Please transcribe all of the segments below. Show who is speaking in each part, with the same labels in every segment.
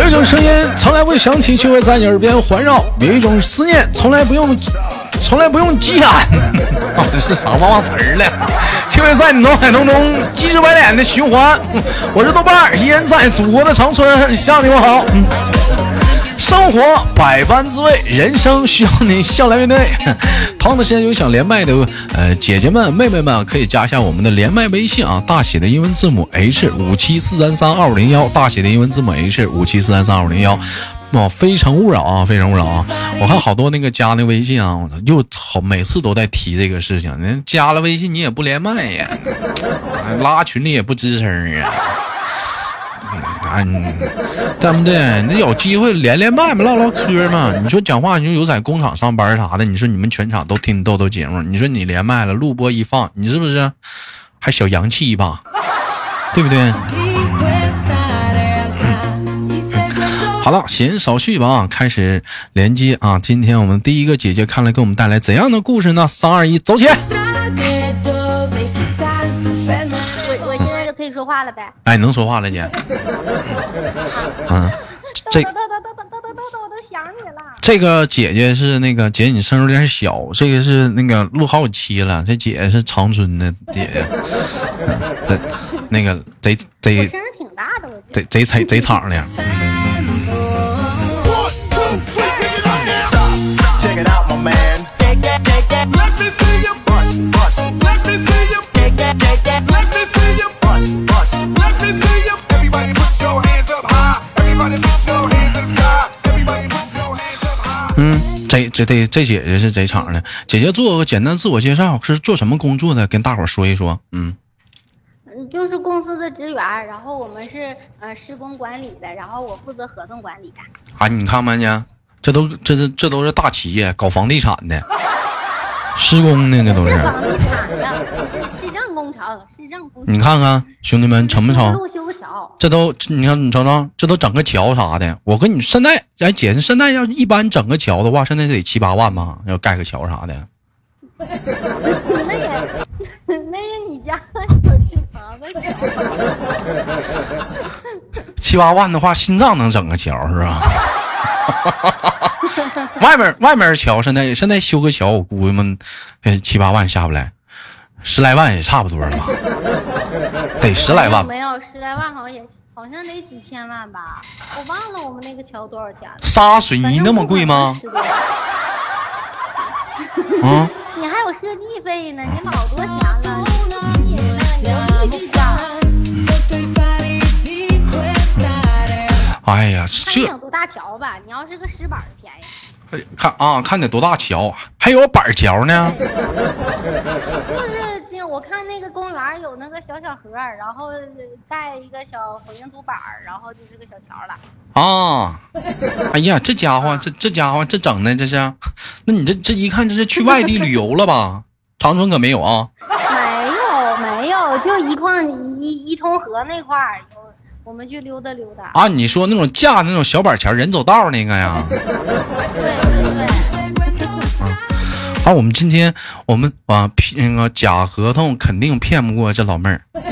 Speaker 1: 有一种声音从来不响起，却会在你耳边环绕；有一种思念从来不用，从来不用积攒。啊，这啥忘忘词儿了？ 却会在你脑海当中鸡汁白脸的循环。 嗯我是豆瓣儿，依然在祖国的长春向你们好。嗯生活百般滋味，人生需要你笑来面对。 同样的时间有想连麦的呃姐姐们、妹妹们啊，可以加一下我们的连麦微信啊，大写的英文字母 H 五七四三三二五零幺，大写的英文字母 H 五七四三三二五零幺。哦，非诚勿扰啊，非诚勿扰啊！我看好多那个加那微信啊，我操又好每次都在提这个事情。人加了微信你也不连麦呀，拉群里也不吱声儿啊。啊，你对不对？那有机会连连麦嘛，唠唠嗑嘛。你说讲话，你就有在工厂上班啥的，你说你们全场都听豆豆节目，你说你连麦了，录播一放，你是不是还小洋气一把，对不对？好了，闲言少叙吧，啊，开始连接啊！今天我们第一个姐姐看来给我们带来怎样的故事呢？三二一，走起！
Speaker 2: 我我现在就可以说话了呗。
Speaker 1: 哎，能说话了姐？嗯，这
Speaker 2: 豆豆豆豆豆豆豆豆，我都想你了。
Speaker 1: 这个姐姐是那个姐，你声有点小，这个是那个录好几期了，这姐姐是长春的姐姐，嗯对，那个贼
Speaker 2: 我
Speaker 1: 贼
Speaker 2: 声儿挺大的，我觉得。
Speaker 1: 贼贼贼贼厂的。
Speaker 3: Check it out, my man. Let me see you bust, bust. Let me see you. Let me see you bust, bust. Let me see you. Everybody put your hands up high. Everybody put your hands up high. Everybody put your hands up high.
Speaker 1: 嗯，这这这这姐姐是贼厂的。姐姐做个简单自我介绍，是做什么工作的？跟大伙儿说一说。嗯，
Speaker 2: 嗯，就是公司的职员，然后我们是呃施工管理的，然后我负责合同管理的。
Speaker 1: 啊，你看没呢？这都这这这都是大企业，搞房地产的，施工的，这都
Speaker 2: 是
Speaker 1: 是。
Speaker 2: 房地产的，是市政工程，市政工程。
Speaker 1: 你看看兄弟们，成不成？
Speaker 2: 路修个桥，
Speaker 1: 这都你看，你瞅瞅，这都整个桥啥的。我跟你现在，哎姐，现在要一般整个桥的话，现在得七八万吧，要盖个桥啥的。
Speaker 2: 那 也那是你家小区房子
Speaker 1: 七八万的话，心脏能整个桥是吧？ 外面外面的桥现在现在修个桥，我估计们，呃七八万下不来，十来万也差不多了吧，得十来万吧。
Speaker 2: 没有十来万，好像也好像得几千万吧，我忘了我们那个桥多少钱了。
Speaker 1: 沙水泥那么贵吗
Speaker 2: 反？正不可能是
Speaker 1: 啊，
Speaker 2: 的？你还有设计费呢，你老多钱了，你都自己干了
Speaker 1: 哎呀，
Speaker 2: 看你
Speaker 1: 这
Speaker 2: 整多大桥吧，你要是个石板儿便宜，
Speaker 1: 哎看啊，看得多大桥，还有板桥呢。
Speaker 2: 就是这我看那个公园儿有那个小小河儿，然后呃盖一个小混凝土板儿，然后就是个小桥了。
Speaker 1: 啊，哎呀，这家伙，这这家伙，这整的这是，那你这这一看这是去外地旅游了吧？长春可没有啊。
Speaker 2: 没有没有，就一矿一一通河那块儿有，我们去溜达溜达。
Speaker 1: 啊，你说那种架那种小板桥人走道那个呀？
Speaker 2: 对对对，
Speaker 1: 啊，我们今天我们啊骗那个假合同肯定骗不过这老妹儿
Speaker 2: 嗯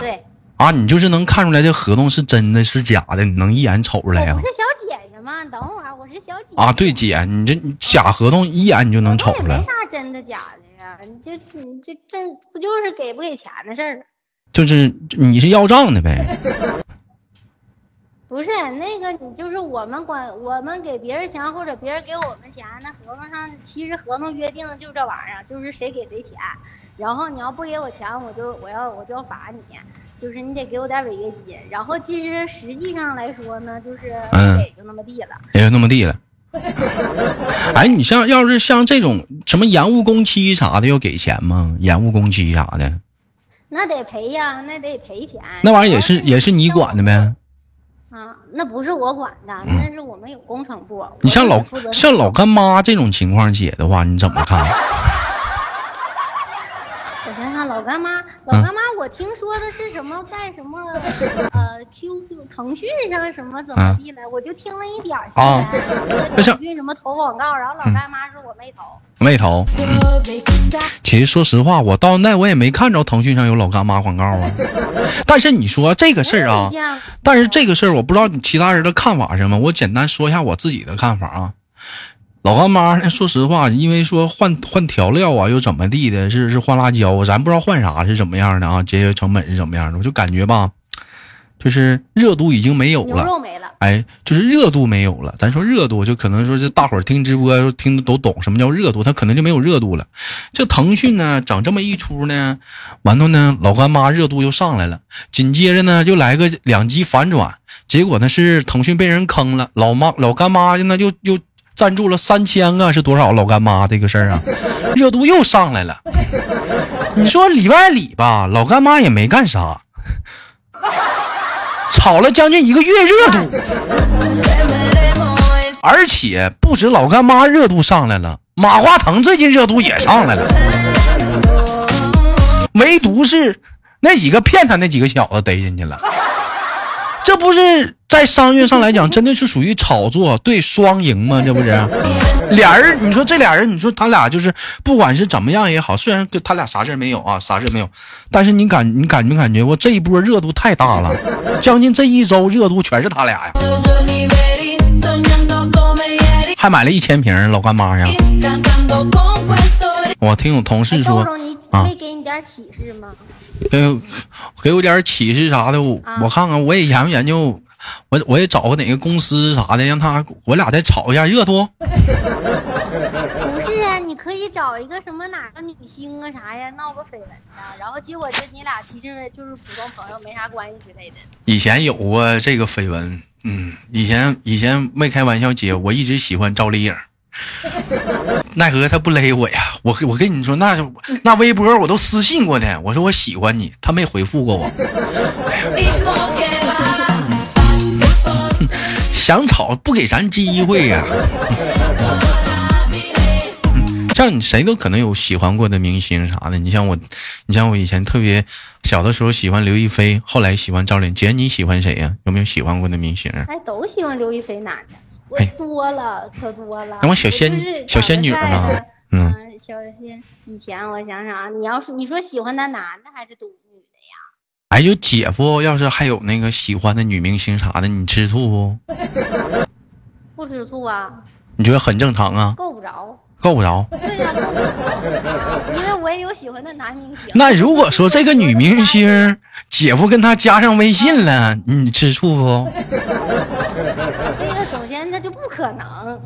Speaker 2: 对，
Speaker 1: 啊！你就是能看出来这合同是真的是假的，你能一眼瞅出来
Speaker 2: 我
Speaker 1: 呀
Speaker 2: 不、是小姐姐吗？等会儿我是小姐姐
Speaker 1: 啊？对，姐，你这你假合同一眼你就能瞅
Speaker 2: 我
Speaker 1: 出
Speaker 2: 也
Speaker 1: 来
Speaker 2: 没，啥真的假的呀，你这你这这不就是给不给钱的事儿？
Speaker 1: 就是你是要账的呗。
Speaker 2: 不是那个，你就是我们管我们给别人钱或者别人给我们钱，那合同上其实合同约定的就这玩意儿，啊就是谁给谁钱。然后你要不给我钱，我就我要我就要罚你，就是你得给我点违约金。然后其实实际上来说呢，就是
Speaker 1: 嗯
Speaker 2: 不给就那么地了。
Speaker 1: 也就那么地了。哎，你像要是像这种什么延误工期啥的，要给钱吗？延误工期啥的，
Speaker 2: 那得赔呀，那得赔钱。
Speaker 1: 那玩意儿也
Speaker 2: 哎
Speaker 1: 是也是你管的呗。
Speaker 2: 啊？那不是我管的，那是我们有工程部。
Speaker 1: 你像老
Speaker 2: 我负责
Speaker 1: 像老干妈这种情况姐的话，你怎么看？
Speaker 2: 我想想，老干妈，
Speaker 1: 嗯
Speaker 2: 老干妈，我听说的是什么在什么呃 QQ 腾讯上什么怎么地了，我就听了一点儿新
Speaker 1: 嗯啊
Speaker 2: 闻，
Speaker 1: 那像嗯
Speaker 2: 腾讯什么投广告，然后老干妈说我没投，
Speaker 1: 没投。其实说实话，我到现在我也没看着腾讯上有老干妈广告啊。但是你说这个事儿啊
Speaker 2: 我也没见过，
Speaker 1: 但是这个事儿我不知道你其他人的看法是什么。我简单说一下我自己的看法啊。老干妈呢，说实话，因为说换换调料啊，又怎么地的，是是换辣椒啊，咱不知道换啥是怎么样的啊，节约成本是怎么样的，我就感觉吧，就是热度已经没有
Speaker 2: 牛
Speaker 1: 了。
Speaker 2: 肉没了，
Speaker 1: 哎，就是热度没有了。咱说热度，就可能说是大伙儿听直播听的都懂什么叫热度，它可能就没有热度了。这腾讯呢，整这么一出呢，完后呢，老干妈热度又上来了，紧接着呢，又来个两极反转，结果呢是腾讯被人坑了，老妈老干妈呢又又赞助了三千个是多少老干妈这个事儿啊，热度又上来了。你说里外里吧，老干妈也没干啥，炒了将近一个月热度。而且不止老干妈热度上来了，马化腾最近热度也上来了，唯独是那几个骗他那几个小子逮进去了。这不是在商业上来讲，真的是属于炒作，对双赢吗？这不是俩人，你说这俩人，你说他俩就是不管是怎么样也好，虽然跟他俩啥事儿没有啊，啥事儿没有，但是你感你感没感觉我这一波热度太大了，将近这一周热度全是他俩呀，还买了一千瓶老干妈呀。我听我同事
Speaker 2: 周
Speaker 1: 说
Speaker 2: 周你
Speaker 1: 啊
Speaker 2: 没给你点启示吗？
Speaker 1: 给我呃给我点启示啥的，我
Speaker 2: 啊
Speaker 1: 我看看，我也研究研究，我我也找个哪个公司啥的，让他我俩再炒一下热度。
Speaker 2: 不是啊，你可以找一个什么哪个女星啊啥呀，闹个绯闻啊，然后结果就你俩其实就是普通朋友，没啥关系之类的。
Speaker 1: 以前有过这个绯闻，嗯，以前以前没开玩笑姐，我一直喜欢赵丽颖，奈何她不勒我呀。我跟我跟你说，那是那微博我都私信过呢，我说我喜欢你，她没回复过我。想吵不给咱机会呀、嗯像你谁都可能有喜欢过的明星啥的，你像我，你像我以前特别小的时候喜欢刘亦菲，后来喜欢赵丽颖。姐，你喜欢谁呀、有没有喜欢过的明星？啊
Speaker 2: 哎，都喜欢刘亦菲男的，我
Speaker 1: 哎
Speaker 2: 多了，可多了。
Speaker 1: 那我小仙
Speaker 2: 就是
Speaker 1: 小仙女儿
Speaker 2: 长得
Speaker 1: 呢
Speaker 2: 帅的
Speaker 1: 嗯
Speaker 2: 嗯，小仙以前我想想啊，你要是你说喜欢的男的还是独女的呀？
Speaker 1: 哎，有姐夫，要是还有那个喜欢的女明星啥的，你吃醋不？
Speaker 2: 不吃醋啊，
Speaker 1: 你觉得很正常啊？
Speaker 2: 够不着。
Speaker 1: 够不着。
Speaker 2: 对呀、够不着，因为我也有喜欢的男明星。
Speaker 1: 那如果说这个女明星姐夫跟她加上微信了，你吃醋不？
Speaker 2: 这个首先那就不 可能，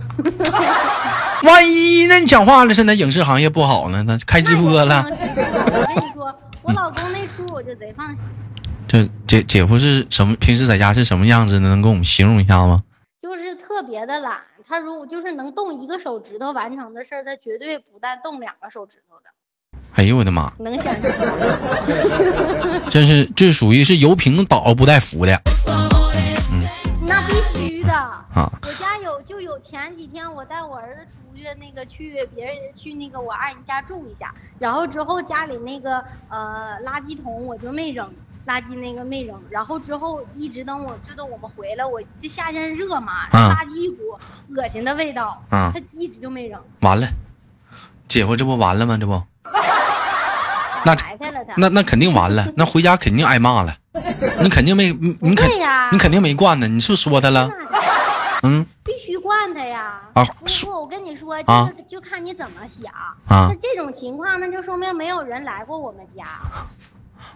Speaker 1: 万一那你讲话了，现在影视行业不好呢，那开直播了，
Speaker 2: 那也不能吃醋。我跟你说，我老公那出我就贼放心。
Speaker 1: 这姐姐夫是什么？平时在家是什么样子呢？能给我们形容一下吗？
Speaker 2: 就是特别的懒，他如果就是能动一个手指头完成的事儿，他绝对不但动两个手指头的，
Speaker 1: 哎呦我的妈，
Speaker 2: 能想象吗。
Speaker 1: 这是这属于是油瓶倒不带浮的
Speaker 2: 那必须的。
Speaker 1: 啊！
Speaker 2: 我家有就有前几天我带我儿子出去那个去别人去那个我阿姨家住一下，然后之后家里那个呃垃圾桶我就没扔，垃圾那个没扔，然后之后一直等我就等我们回来，我这夏天热嘛，
Speaker 1: 嗯
Speaker 2: 垃圾一股恶心的味道，
Speaker 1: 嗯
Speaker 2: 他一直就没扔，
Speaker 1: 完了，姐夫这不完了吗？这 不，那
Speaker 2: 埋汰了他。
Speaker 1: 那那肯定完了，那回家肯定挨骂了。你肯定没你你肯
Speaker 2: 不会啊呀
Speaker 1: 你肯定没惯呢，你是不是说他了？
Speaker 2: 啊
Speaker 1: 嗯
Speaker 2: 必须惯他呀！
Speaker 1: 啊
Speaker 2: 不
Speaker 1: 是
Speaker 2: 不，我跟你说，这
Speaker 1: 啊
Speaker 2: 个就看你怎么想。
Speaker 1: 啊
Speaker 2: 那这种情况，那就说明没有人来过我们家，
Speaker 1: 啊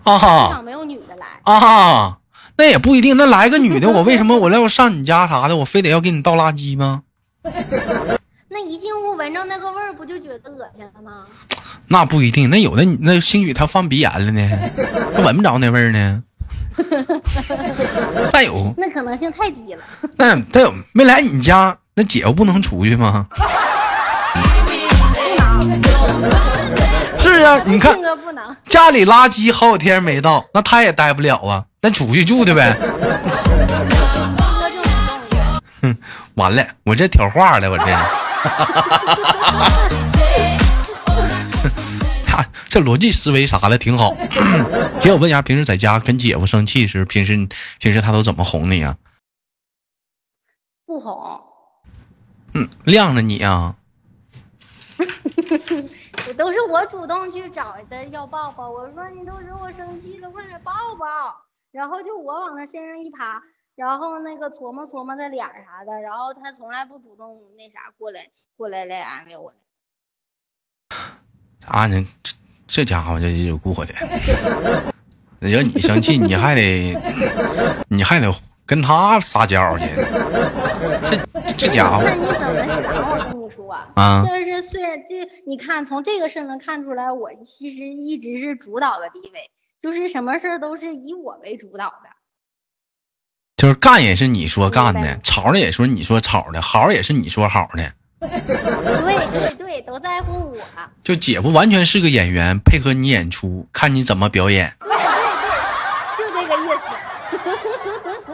Speaker 2: 至
Speaker 1: 哈
Speaker 2: 少没有女的来。
Speaker 1: 啊，那也不一定。那来个女的，我为什么我要上你家啥的，我非得要给你倒垃圾吗？
Speaker 2: 那一进屋闻着那个味儿，不就觉得恶心了吗？
Speaker 1: 那不一定，那有的你那兴许他放鼻炎了呢，他闻不着那味儿呢。再有，
Speaker 2: 那可能性太低了。
Speaker 1: 那再有没来你家，那姐夫不能出去吗？是啊，你看
Speaker 2: 性格不能，
Speaker 1: 家里垃圾好几天没倒，那他也待不了啊，那出去住的呗。
Speaker 2: 性格就能动了。
Speaker 1: 完了，我这 挑话了，我这。呀，这逻辑思维啥的挺好。 姐，我问一下，平时在家跟姐夫生气时，平时平时他都怎么哄你啊呀、
Speaker 2: 不哄，
Speaker 1: 嗯，晾着你啊？
Speaker 2: 我都是我主动去找的要抱抱。我说你都惹我生气了，快点抱抱。然后就我往他身上一趴，然后那个琢磨琢磨他脸儿啥的，然后他从来不主动那啥过来过来来安慰我。
Speaker 1: 啊，你这这家伙这有过的，惹你生气，你还得你还得跟他撒娇去，这这家伙
Speaker 2: 那你怎么想？我跟你说啊，
Speaker 1: 啊
Speaker 2: 就是虽然这，你看从这个事儿能看出来，我其实一直是主导的地位，就是什么事儿都是以我为主导的。
Speaker 1: 就是干也是你说干
Speaker 2: 明
Speaker 1: 的
Speaker 2: 白，
Speaker 1: 吵的也是你说吵的，好也是你说好的。
Speaker 2: 对对对，都在乎我。
Speaker 1: 就姐夫完全是个演员，配合你演出，看你怎么表演。
Speaker 2: 就这个意思。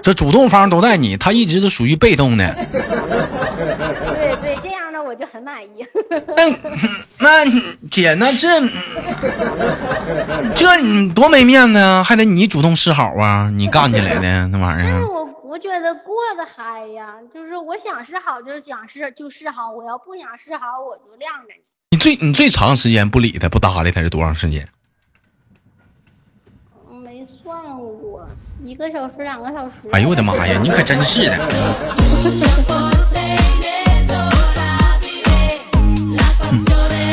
Speaker 1: 这主动方都带你，他一直都属于被动的。
Speaker 2: 对对，这样的我就很满意。
Speaker 1: 那那姐那这这你多没面子啊！还得你主动示好啊，你干起来的那玩意
Speaker 2: 但是
Speaker 1: 儿。啊
Speaker 2: 我我觉得过得嗨呀，就是我想示好就想示就示好，我要不想示好我就晾着你。
Speaker 1: 你最你最长时间不理他不搭理他是多长时间？
Speaker 2: 没算过，一个小时两个小时。
Speaker 1: 哎呦我的妈呀，你可真是的！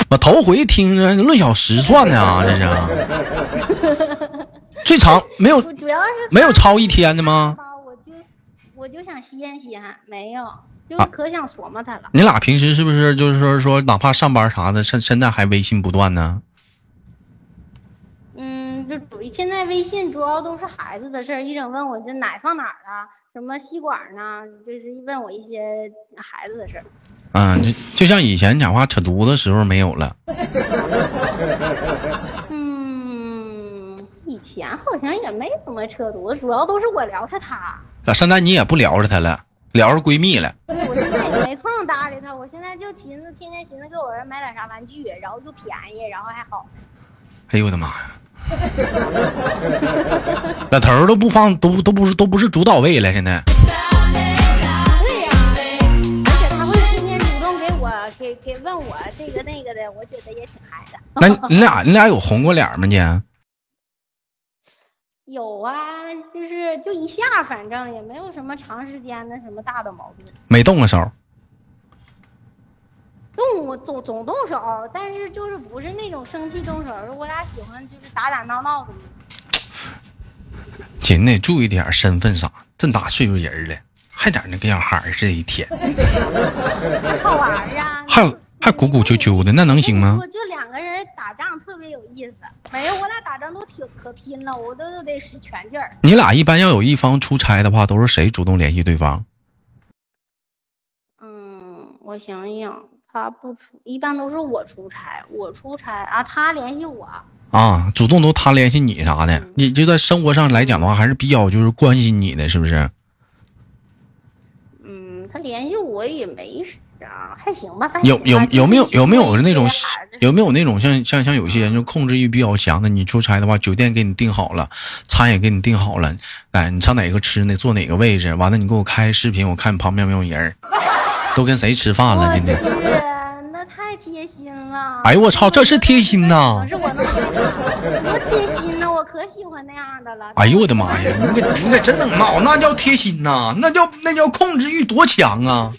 Speaker 1: 我头回听着论小时算的啊，这是最长没有
Speaker 2: 不主要是
Speaker 1: 没有超一天的吗？
Speaker 2: 吧，我就我就想稀罕稀罕，没有，就
Speaker 1: 啊
Speaker 2: 是可想琢磨他了。
Speaker 1: 你俩平时是不是就是说说，哪怕上班啥的，现现在还微信不断呢？
Speaker 2: 嗯，就主现在微信主要都是孩子的事儿，一整问我这奶放哪儿了，什么吸管呢，就是问我一些孩子的事儿。
Speaker 1: 嗯，就就像以前讲话扯犊子时候没有了。
Speaker 2: 嗯，以前好像也没怎么扯犊子，主要都是我聊着他，
Speaker 1: 啊，现在你也不聊着他了，聊着闺蜜了。
Speaker 2: 我现在也没空搭理他，我现在就寻思天天寻思给我儿买点啥玩具，然后又便宜，然后还好。
Speaker 1: 哎呦我的妈呀！老头儿都不放，都都不是都不是主导位了，现在。
Speaker 2: 对呀、而且他会天天主动给我给给问我这个那个的，我觉得也挺嗨的。
Speaker 1: 那你俩你俩有红过脸吗？姐？
Speaker 2: 有啊，就是就一下，反正也没有什么长时间的什么大的矛盾。
Speaker 1: 没动过手。
Speaker 2: 动我总总动手，但是就是不是那种生气动手，是我俩喜欢就是打打闹闹的那种。
Speaker 1: 姐，你得注意点儿身份啥，这么大岁数人了，还在那跟小孩儿似的，一天
Speaker 2: 好玩儿啊，
Speaker 1: 还还鼓鼓啾啾的，那能行吗
Speaker 2: 我？就两个人打仗特别有意思，没有我俩打仗都挺可拼了，我都得使全劲儿。
Speaker 1: 你俩一般要有一方出差的话，都是谁主动联系对方？
Speaker 2: 嗯，我想想，他不出，一般都是我出差，我出差啊，他联系我。
Speaker 1: 啊，主动都他联系你啥的，你就在生活上来讲的话，还是比较就是关心你的，是不是？
Speaker 2: 嗯，他联系我也没啥，还行吧。反正
Speaker 1: 有有有没有有没有那种
Speaker 2: 孩子
Speaker 1: 有没有那种像像像有些人就控制欲比较强的，你出差的话，酒店给你订好了，餐也给你订好了，哎，你上哪个吃呢？坐哪个位置？完了，你给我开视频，我看旁边有没有人儿，都跟谁吃饭了？
Speaker 2: 我
Speaker 1: 今天
Speaker 2: 去，那太贴心了。
Speaker 1: 哎呦我操这是贴心呐
Speaker 2: 可是我能回答，多贴心呐！我可喜欢那样的了。
Speaker 1: 哎呦我的妈呀！你可你可真能闹，那叫贴心呐、那叫那叫控制欲多强啊！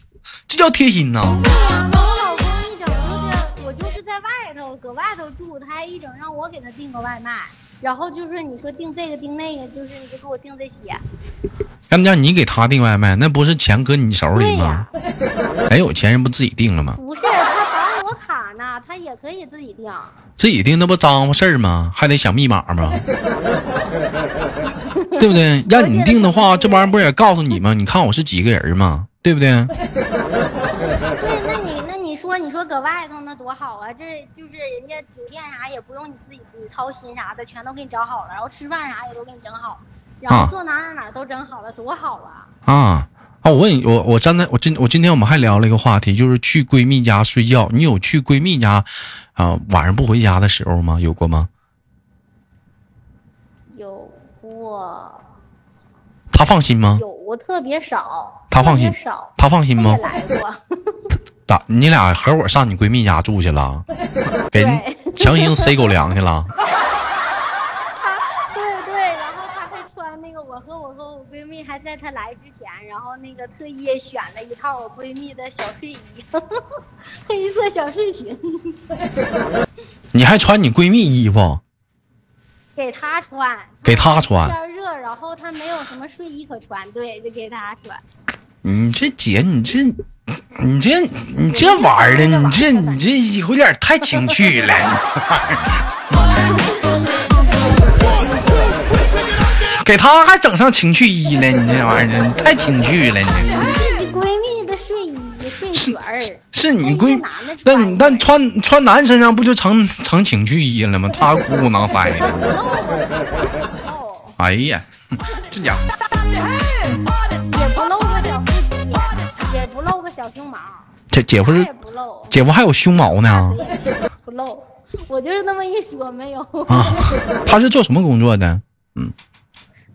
Speaker 1: 这叫贴心呐、
Speaker 2: 我老公一整就是我就是在外头搁外头住，他还一整让我给他订个外卖，然后就是你说订这个订那个，就是你就给我订这些。
Speaker 1: 要不然你给他订外卖，那不是钱搁你手里吗？哎，有钱人不自己订了吗？
Speaker 2: 不是他绑我卡呢，他也可以自己订。
Speaker 1: 自己订那不耽误事儿吗？还得想密码 吗？对不对？让你订的话，这玩意儿不是也告诉你吗？你看我是几个人吗？对不对？
Speaker 2: 对，那你那你说你说搁外头那多好啊，这就是人家酒店啥也不用你自己你操心啥的，全都给你整好了，然后吃饭啥也都给你整好，然
Speaker 1: 啊
Speaker 2: 后坐哪儿哪儿哪儿都整好了，多好啊！
Speaker 1: 啊，啊，我问你，我我站在我今我今天我们还聊了一个话题，就是去闺蜜家睡觉。你有去闺蜜家啊、晚上不回家的时候吗？有过吗？
Speaker 2: 有过
Speaker 1: 她放心吗？
Speaker 2: 有过特别少，
Speaker 1: 她放
Speaker 2: 特别
Speaker 1: 心
Speaker 2: 少，
Speaker 1: 她放心
Speaker 2: 她
Speaker 1: 吗
Speaker 2: 也？来过，
Speaker 1: 咋？你俩合伙上你闺蜜家住去了？给人
Speaker 2: 对
Speaker 1: 强行塞狗粮去了？
Speaker 2: 对对，然后她还穿那个，我和我和我闺蜜还在她来之前，然后那个特意选了一套我闺蜜的小睡衣， 黑色小睡裙，
Speaker 1: 你还穿你闺蜜衣服
Speaker 2: 给她穿。
Speaker 1: 给她穿？
Speaker 2: 天热，然后她没有什么睡衣可穿，对，就给她穿。
Speaker 1: 你这姐，你这，你这，你这玩儿的，你这，你这有点太情趣了。 给他还整上情趣衣了，你这玩意儿你太情趣了，你
Speaker 2: 你闺蜜的睡衣睡裙儿，
Speaker 1: 是你
Speaker 2: 那一
Speaker 1: 闺
Speaker 2: 个男的，
Speaker 1: 但但穿穿男身上不就成成情趣衣了吗？他鼓鼓囊塞的，
Speaker 2: 哦，
Speaker 1: 哎呀，这家伙。
Speaker 2: 也不露个小腹肌，也不露个小胸毛，
Speaker 1: 这姐夫
Speaker 2: 她
Speaker 1: 是
Speaker 2: 也不露，
Speaker 1: 姐夫还有胸毛呢
Speaker 2: 也不露。我就是那么一说，没有。
Speaker 1: 啊！他是做什么工作的？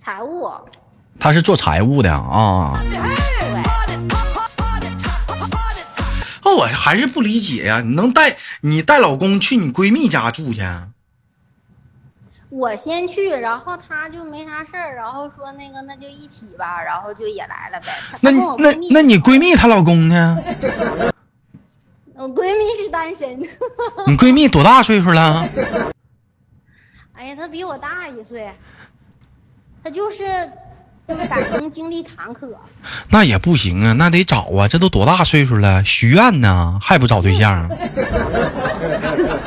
Speaker 2: 财务，
Speaker 1: 他是做财务的啊。
Speaker 2: 对，
Speaker 1: 那我还是不理解呀、你能带你带老公去你闺蜜家住去？啊
Speaker 2: 我先去，然后她就没啥事儿，然后说那个那就一起吧，然后就也来了呗。她
Speaker 1: 那
Speaker 2: 跟
Speaker 1: 你
Speaker 2: 我
Speaker 1: 那
Speaker 2: 闺蜜
Speaker 1: 那你闺蜜她老公 呢？
Speaker 2: 我闺蜜是单身。
Speaker 1: 你闺蜜多大岁数了？
Speaker 2: 哎呀，她比我大一岁，她就是就是感情经历坎坷，
Speaker 1: 那也不行啊，那得找啊，这都多大岁数了，许愿呢还不找对 象？啊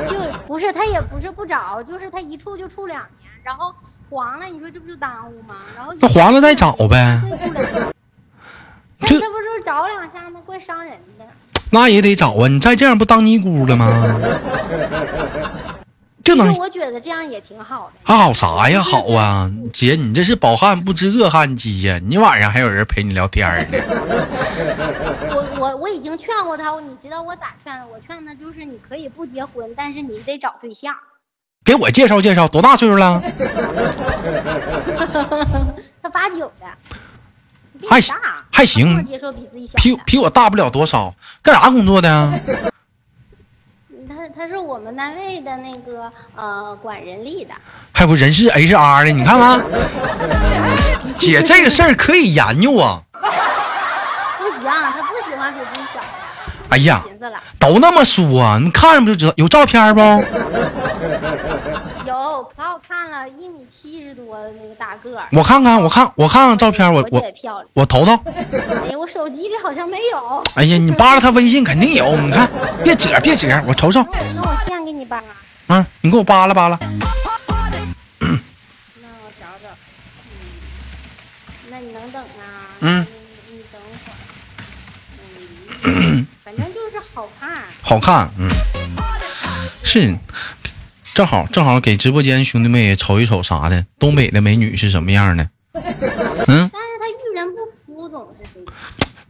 Speaker 2: 就不是她也不是不找，就是她一处就处两年，然后黄了，你说这不就耽误吗？然后
Speaker 1: 那黄了再找呗
Speaker 2: 一处处两年
Speaker 1: 这
Speaker 2: 那这不是找两下，那怪伤人的。
Speaker 1: 那也得找啊，你再这样不当尼姑了吗？这
Speaker 2: 其
Speaker 1: 能
Speaker 2: 实我觉得这样也挺好 的。
Speaker 1: 还好啥呀？好啊，姐，你这是饱汉不知饿汉饥呀！你晚上还有人陪你聊天呢。
Speaker 2: 我我我已经劝过她，你知道我咋劝的？我劝她就是你可以不结婚，但是你得找对象。
Speaker 1: 给我介绍介绍，多大岁数了？
Speaker 2: 她八九的，比你
Speaker 1: 还行
Speaker 2: 大，
Speaker 1: 还行
Speaker 2: 她不能接受比自己小的。
Speaker 1: 比比我大不了多少，干啥工作的啊？
Speaker 2: 他他是我们单位的那个呃管人力的，
Speaker 1: 还有个人事 HR 的，你看看，姐这个事儿可以研究啊。
Speaker 2: 不行，他不喜欢比自己小的，
Speaker 1: 哎呀，
Speaker 2: 寻思了，
Speaker 1: 都那么说、啊你看着不就知道？有照片不？
Speaker 2: 有可好看了，一米七十多的那个大个儿，
Speaker 1: 我看看，我看我看看照片，我
Speaker 2: 我觉得
Speaker 1: 我
Speaker 2: 也漂亮。
Speaker 1: 我瞅瞅。
Speaker 2: 哎，我手机里好像没有，
Speaker 1: 哎呀，你扒拉他微信肯定有，你看，别遮别遮，我瞅瞅
Speaker 2: 那我现给你吧，
Speaker 1: 啊，你给我扒拉扒拉。
Speaker 2: 那我找找，嗯，那你能等啊？
Speaker 1: 嗯
Speaker 2: 你，你等会儿，嗯，反正就是好看，
Speaker 1: 好看，嗯，是，正好正好给直播间兄弟妹也瞅一瞅啥的，东北的美女是什么样的？嗯，
Speaker 2: 但是他遇人不淑，总是这样。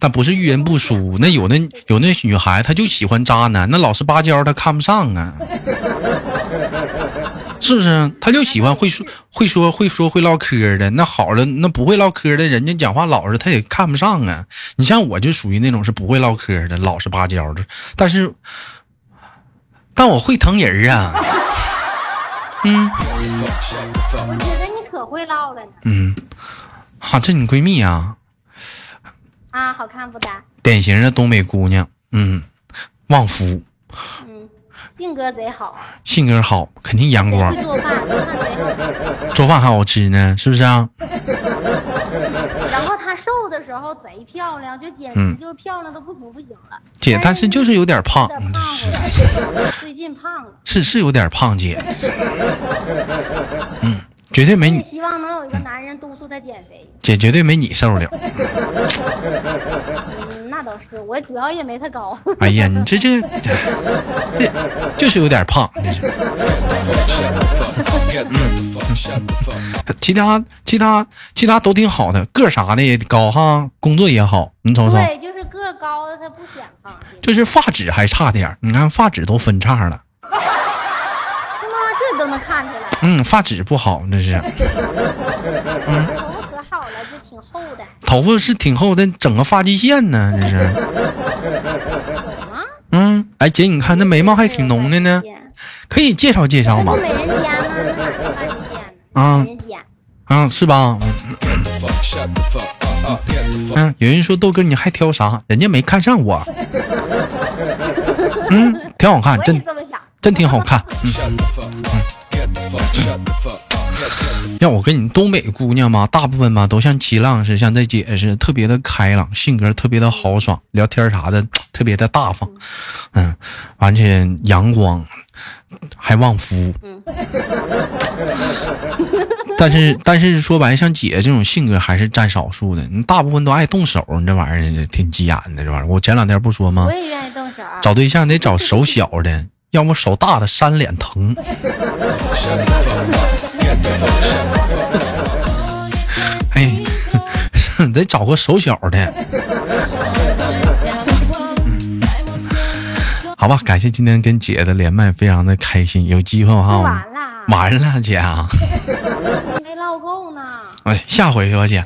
Speaker 1: 但不是遇人不淑，那有的有那女孩她就喜欢渣男，那老实巴交她看不上啊，是不是？她就喜欢会说会说会说会唠嗑的，那好了，那不会唠嗑的人家讲话老实，她也看不上啊。你像我就属于那种是不会唠嗑的，老实巴交的，但是但我会疼人啊。
Speaker 2: 我觉得你可会唠了呢，
Speaker 1: 嗯，哈、这你闺蜜啊，
Speaker 2: 啊，好看不丹？
Speaker 1: 典型的东北姑娘，嗯，旺夫，
Speaker 2: 嗯，性格贼好，啊
Speaker 1: 性格好，肯定阳光
Speaker 2: 会，做饭，做饭贼好吃。
Speaker 1: 做饭还好吃呢，是不是啊？
Speaker 2: 然后她瘦的时候贼漂亮，就简直
Speaker 1: 嗯
Speaker 2: 就漂亮的不行不行了。
Speaker 1: 姐，但是就是有点
Speaker 2: 有
Speaker 1: 胖
Speaker 2: 点，胖啊
Speaker 1: 是
Speaker 2: 了， 最近胖了。
Speaker 1: 是是有点胖，姐，嗯，绝对没
Speaker 2: 也
Speaker 1: 你，
Speaker 2: 希望能有一个男人督促她减肥。
Speaker 1: 姐绝对没你瘦了，
Speaker 2: 嗯，那倒是，我主要也没他高。
Speaker 1: 哎呀，你这这这就是有点胖，这是。嗯，其他其他其他都挺好的，个儿啥的也高哈，工作也好，你瞅瞅，
Speaker 2: 对，就是个儿高的他不显胖，
Speaker 1: 就是发质还差点儿，你看发质都分叉了，
Speaker 2: 他妈这都能看出来。
Speaker 1: 嗯，发质不好，这是嗯
Speaker 2: 头发可好了，就挺厚的
Speaker 1: 头发是挺厚的，整个发际线呢，这是。
Speaker 2: 啊。
Speaker 1: 嗯，哎姐，你看那眉毛还挺浓的呢，可以介绍介绍吗
Speaker 2: 那？美人尖呢？那哪看得见呢？
Speaker 1: 啊
Speaker 2: 美人尖，
Speaker 1: 啊，是吧？嗯嗯，有人说豆哥你还挑啥？人家没看上我。嗯，挺好看，
Speaker 2: 我也
Speaker 1: 真
Speaker 2: 这么想。
Speaker 1: 真挺好看。嗯，让我跟你东北姑娘嘛，大部分嘛都像七浪似，像这姐似，特别的开朗，性格特别的豪爽，聊天啥的特别的大方。嗯，而且阳光，还旺夫。但是但是说白，像姐这种性格还是占少数的，你大部分都爱动手，你这玩意儿挺急眼的，这玩意儿。我前两天不说吗？
Speaker 2: 我也愿意动手。啊
Speaker 1: 找对象得找手小的，要么手大的扇脸疼。哎， 得找个手小的。好吧，感谢今天跟姐的连麦，非常的开心。有机会哈，
Speaker 2: 完了
Speaker 1: 完了，姐啊，
Speaker 2: 没唠够呢。
Speaker 1: 哎，下回吧，姐
Speaker 2: 哎，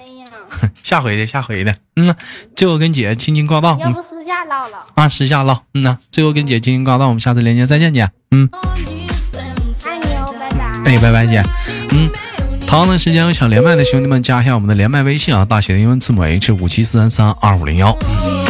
Speaker 2: 呀，
Speaker 1: 下回的，下回的，嗯呐，最后跟姐亲亲挂断，
Speaker 2: 要
Speaker 1: 嗯
Speaker 2: 不私下唠唠。
Speaker 1: 啊，时下唠，嗯呐，最后跟姐亲亲挂断，我们下次连接再见，姐，嗯。
Speaker 2: 爱你哦，拜拜。
Speaker 1: 哎，拜拜，姐。嗯，同样的时间有想连麦的兄弟们，加一下我们的连麦微信啊，大写的英文字母 H 五七四三三二五零幺。嗯